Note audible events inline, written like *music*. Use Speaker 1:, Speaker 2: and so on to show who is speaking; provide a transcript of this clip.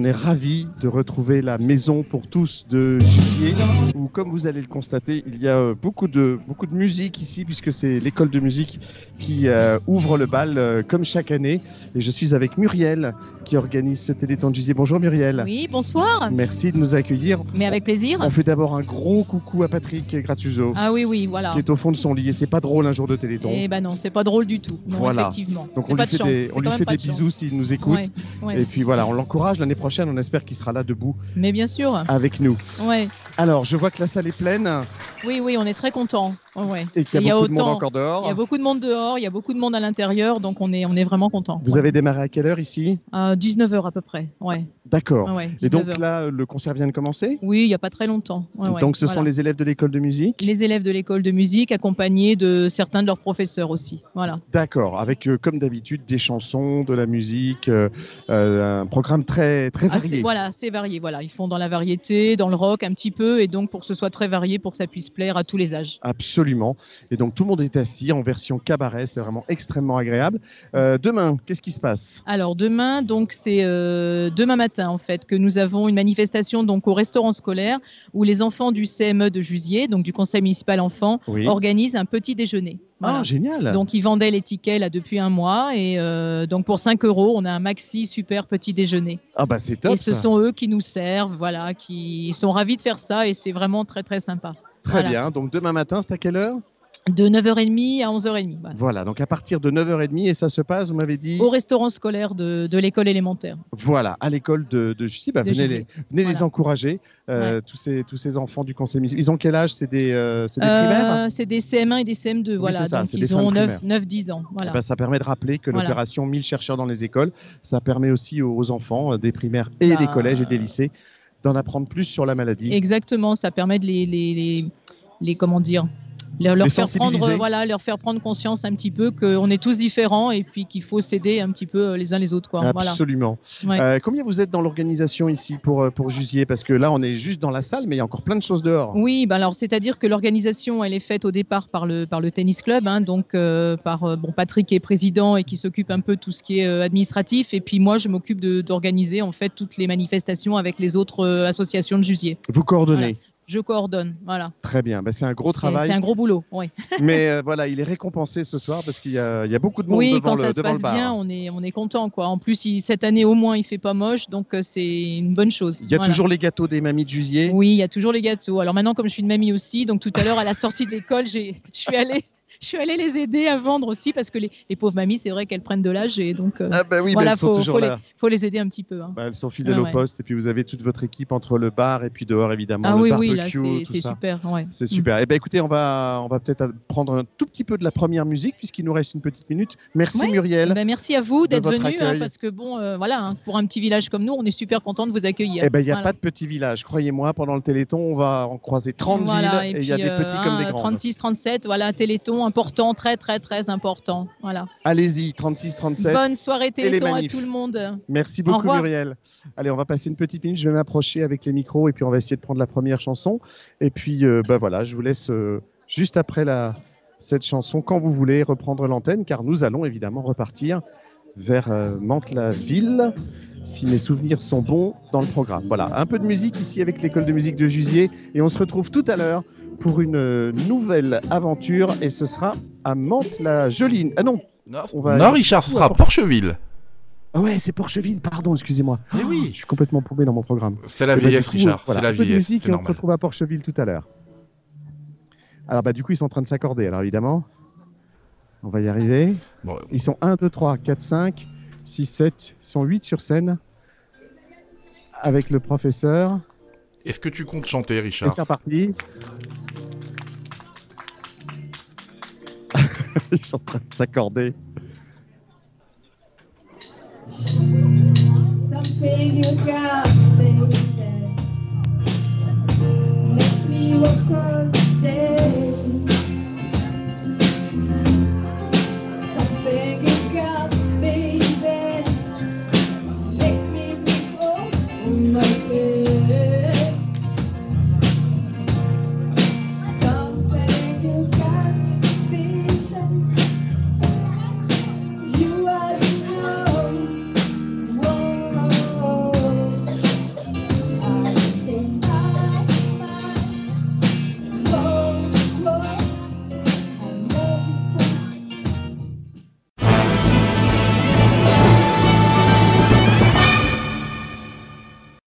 Speaker 1: On est ravis de retrouver la maison pour tous de Jussier, où, comme vous allez le constater, il y a euh, beaucoup de, beaucoup de musique ici, puisque c'est l'école de musique qui euh, ouvre le bal, euh, comme chaque année. Et je suis avec Muriel, qui organise ce Téléthon de Jussier. Bonjour Muriel.
Speaker 2: Oui, bonsoir.
Speaker 1: Merci de nous accueillir.
Speaker 2: Mais avec plaisir.
Speaker 1: On fait d'abord un gros coucou à Patrick Gratuzo,
Speaker 2: Ah oui, oui, voilà.
Speaker 1: qui est au fond de son lit. Et c'est pas drôle un jour de Téléthon.
Speaker 2: Eh ben non, c'est pas drôle du tout. Non,
Speaker 1: Voilà.
Speaker 2: effectivement.
Speaker 1: Donc
Speaker 2: C'est
Speaker 1: on
Speaker 2: pas
Speaker 1: lui
Speaker 2: de
Speaker 1: fait
Speaker 2: chance.
Speaker 1: des,
Speaker 2: C'est
Speaker 1: on lui
Speaker 2: quand même
Speaker 1: fait
Speaker 2: pas
Speaker 1: des
Speaker 2: de
Speaker 1: bisous s'il nous écoute.
Speaker 2: Ouais, ouais.
Speaker 1: Et puis voilà, on l'encourage l'année prochaine, on espère qu'il sera là debout
Speaker 2: Mais bien sûr.
Speaker 1: avec nous.
Speaker 2: Ouais.
Speaker 1: Alors, je vois que la salle est pleine
Speaker 2: Oui, oui, on est très contents. Ouais, ouais.
Speaker 1: et qu'il y a,
Speaker 2: Il y a
Speaker 1: beaucoup de monde
Speaker 2: autant-
Speaker 1: encore
Speaker 2: Il y a
Speaker 1: dehors.
Speaker 2: beaucoup de monde dehors, il y a beaucoup de monde à l'intérieur, donc on est, on est vraiment contents.
Speaker 1: Vous
Speaker 2: Ouais.
Speaker 1: avez démarré à quelle heure ici
Speaker 2: Euh, 19 heures à peu près. Ouais.
Speaker 1: D'accord.
Speaker 2: ouais,
Speaker 1: Et
Speaker 2: 19
Speaker 1: donc
Speaker 2: heures.
Speaker 1: là, le concert vient de commencer
Speaker 2: Oui, il n'y a pas très longtemps. Ouais, ouais,
Speaker 1: Donc ce sont
Speaker 2: voilà.
Speaker 1: les élèves de l'école de musique
Speaker 2: les élèves de l'école de musique accompagnés de certains de leurs professeurs aussi. Voilà.
Speaker 1: D'accord, avec euh, comme d'habitude des chansons, de la musique, euh, euh, un programme très, très
Speaker 2: Ah, c'est-
Speaker 1: varié.
Speaker 2: voilà, c'est varié. Voilà, ils font dans la variété, dans le rock un petit peu, et donc pour que ce soit très varié, pour que ça puisse plaire à tous les âges.
Speaker 1: Absolument. Et donc tout le monde est assis en version cabaret, c'est vraiment extrêmement agréable. Euh, demain, qu'est-ce qui se passe
Speaker 2: Alors demain, donc c'est euh, demain matin en fait que nous avons une manifestation donc au restaurant scolaire où les enfants du CME de Jusier, donc du Conseil municipal enfants,
Speaker 1: Oui.
Speaker 2: organisent un petit déjeuner. Voilà.
Speaker 1: Ah, génial
Speaker 2: Donc ils vendaient les tickets là depuis un mois et euh, donc pour 5 euros on a un maxi super petit déjeuner
Speaker 1: Ah bah c'est top
Speaker 2: et ce
Speaker 1: ça.
Speaker 2: sont eux qui nous servent voilà qui ils sont ravis de faire ça et c'est vraiment très très sympa
Speaker 1: Très
Speaker 2: voilà.
Speaker 1: bien. Donc demain matin, c'est à quelle heure
Speaker 2: de 9h30 à 11h30 voilà.
Speaker 1: Voilà, donc à partir de 9h30 et ça se passe, vous m'avez dit
Speaker 2: au restaurant scolaire de, de l'école élémentaire
Speaker 1: Voilà, à l'école de, de Jussy, bah,
Speaker 2: De
Speaker 1: venez,
Speaker 2: Jussy.
Speaker 1: les, venez les
Speaker 2: Voilà.
Speaker 1: encourager, euh, tous, ces, tous ces enfants du conseil municipal. Ils ont quel âge C'est des, euh, c'est des
Speaker 2: Euh,
Speaker 1: primaires
Speaker 2: C'est des CM1 et des CM2, voilà.
Speaker 1: c'est ça,
Speaker 2: donc
Speaker 1: c'est des
Speaker 2: ils
Speaker 1: fins de
Speaker 2: ont
Speaker 1: primaire.
Speaker 2: 9-10 ans. Voilà.
Speaker 1: Eh ben, ça permet de rappeler que
Speaker 2: Voilà.
Speaker 1: l'opération 1000 chercheurs dans les écoles, ça permet aussi aux aux enfants euh, des primaires et
Speaker 2: Bah,
Speaker 1: des collèges et des lycées d'en apprendre plus sur la maladie.
Speaker 2: Exactement, ça permet de les, les, les, les- comment dire, leur, leur
Speaker 1: Les
Speaker 2: faire prendre,
Speaker 1: sensibiliser.
Speaker 2: euh, voilà, leur faire prendre conscience un petit peu qu'on est tous différents et puis qu'il faut s'aider un petit peu euh, les uns les autres, quoi. Voilà.
Speaker 1: Absolument.
Speaker 2: Ouais.
Speaker 1: Euh, combien vous êtes dans l'organisation ici pour, euh, pour Jusier Parce que là, on est juste dans la salle, mais il y a encore plein de choses dehors.
Speaker 2: Oui, ben alors c'est-à-dire que l'organisation elle est faite au départ par le par le tennis club, hein, donc euh, par euh, bon Patrick qui est président et qui s'occupe un peu de tout ce qui est euh, administratif, et puis moi je m'occupe de- d'organiser en fait toutes les manifestations avec les autres euh, associations de Jusier.
Speaker 1: Vous coordonnez.
Speaker 2: je coordonne. Voilà.
Speaker 1: Très bien. Bah, c'est un gros
Speaker 2: C'est
Speaker 1: travail.
Speaker 2: c'est un gros boulot. ouais.
Speaker 1: Mais euh, voilà, il est récompensé ce soir parce qu'il y, a il y a beaucoup de monde
Speaker 2: Oui,
Speaker 1: devant,
Speaker 2: quand
Speaker 1: le,
Speaker 2: ça se
Speaker 1: devant
Speaker 2: passe
Speaker 1: le bar.
Speaker 2: bien, on est, on est content. Quoi. En plus, il- cette année au moins, il fait pas moche, donc euh, c'est une bonne chose.
Speaker 1: Il y a
Speaker 2: Voilà.
Speaker 1: toujours les gâteaux des mamies de Jusier.
Speaker 2: Oui, il y a toujours les gâteaux. Alors maintenant, comme je suis une mamie aussi, donc tout à l'heure à la sortie de l'école, j'ai- *laughs* je suis allée. Je suis allée les aider à vendre aussi parce que les, les pauvres mamies, c'est vrai qu'elles prennent de l'âge et donc euh,
Speaker 1: Ah bah oui,
Speaker 2: Voilà,
Speaker 1: bah elles sont
Speaker 2: faut-
Speaker 1: toujours
Speaker 2: faut
Speaker 1: là.
Speaker 2: faut les aider un petit peu. hein.
Speaker 1: Bah, elles sont fidèles
Speaker 2: Ah
Speaker 1: au
Speaker 2: ouais.
Speaker 1: poste et puis vous avez toute votre équipe entre le bar et puis dehors évidemment
Speaker 2: Ah
Speaker 1: le
Speaker 2: oui,
Speaker 1: barbecue,
Speaker 2: oui, là c'est
Speaker 1: tout
Speaker 2: c'est
Speaker 1: ça.
Speaker 2: super. ouais. Mm.
Speaker 1: C'est super. Eh ben écoutez, on va on va peut-être prendre un tout petit peu de la première musique puisqu'il nous reste une petite minute. Merci
Speaker 2: Ouais.
Speaker 1: Muriel.
Speaker 2: Ben, merci à vous
Speaker 1: de
Speaker 2: d'être
Speaker 1: votre
Speaker 2: venus hein,
Speaker 1: accueil.
Speaker 2: parce que bon, euh, voilà, hein, pour un petit village comme nous, on est super content de vous accueillir.
Speaker 1: Eh ben il n'y a
Speaker 2: Voilà.
Speaker 1: pas de petit village, croyez-moi. Pendant le Téléthon, on va en croiser 30
Speaker 2: Voilà,
Speaker 1: villes et il
Speaker 2: puis,
Speaker 1: y a des
Speaker 2: euh,
Speaker 1: petits comme
Speaker 2: hein,
Speaker 1: des grands.
Speaker 2: 36, 37, voilà, Téléthon, important, très, très, très important. Voilà.
Speaker 1: Allez-y, 36, 37.
Speaker 2: Bonne soirée
Speaker 1: les
Speaker 2: Téléthon à
Speaker 1: manifs.
Speaker 2: tout le monde.
Speaker 1: Merci
Speaker 2: Au
Speaker 1: beaucoup
Speaker 2: revoir.
Speaker 1: Muriel. Allez, on va passer une petite minute, je vais m'approcher avec les micros et puis on va essayer de prendre la première chanson. Et puis euh, bah voilà, je vous laisse euh, juste après la, cette chanson, quand vous voulez, reprendre l'antenne car nous allons évidemment repartir vers euh, Mantes-la-Ville, si mes souvenirs sont bons, dans le programme. Voilà, un peu de musique ici avec l'école de musique de Jusier et on se retrouve tout à l'heure pour une euh, nouvelle aventure et ce sera à Mantes-la-Joline. Ah non,
Speaker 3: Non,
Speaker 1: On va-
Speaker 3: non, Richard, ce sera à Porcheville.
Speaker 1: ah ouais, c'est Porcheville, pardon, excusez-moi.
Speaker 3: Eh oui.
Speaker 1: Je suis complètement paumé dans mon programme.
Speaker 3: C'est la
Speaker 1: Eh ben,
Speaker 3: vieillesse,
Speaker 1: du coup,
Speaker 3: Richard.
Speaker 1: voilà,
Speaker 3: c'est la
Speaker 1: un peu de
Speaker 3: vieillesse.
Speaker 1: musique
Speaker 3: C'est
Speaker 1: et on se
Speaker 3: normal.
Speaker 1: retrouve à Porcheville tout à l'heure. Alors, bah, du coup, ils sont en train de s'accorder, alors évidemment. On va y arriver.
Speaker 3: Bon, euh,
Speaker 1: Ils sont 1, 2, 3, 4, 5, 6, 7, ils sont 8 sur scène. Avec le professeur.
Speaker 3: Est-ce que tu comptes chanter,
Speaker 1: Et
Speaker 3: Richard
Speaker 1: c'est parti. *laughs* ils sont en train de s'accorder.
Speaker 4: Something you got me. Make me look for day.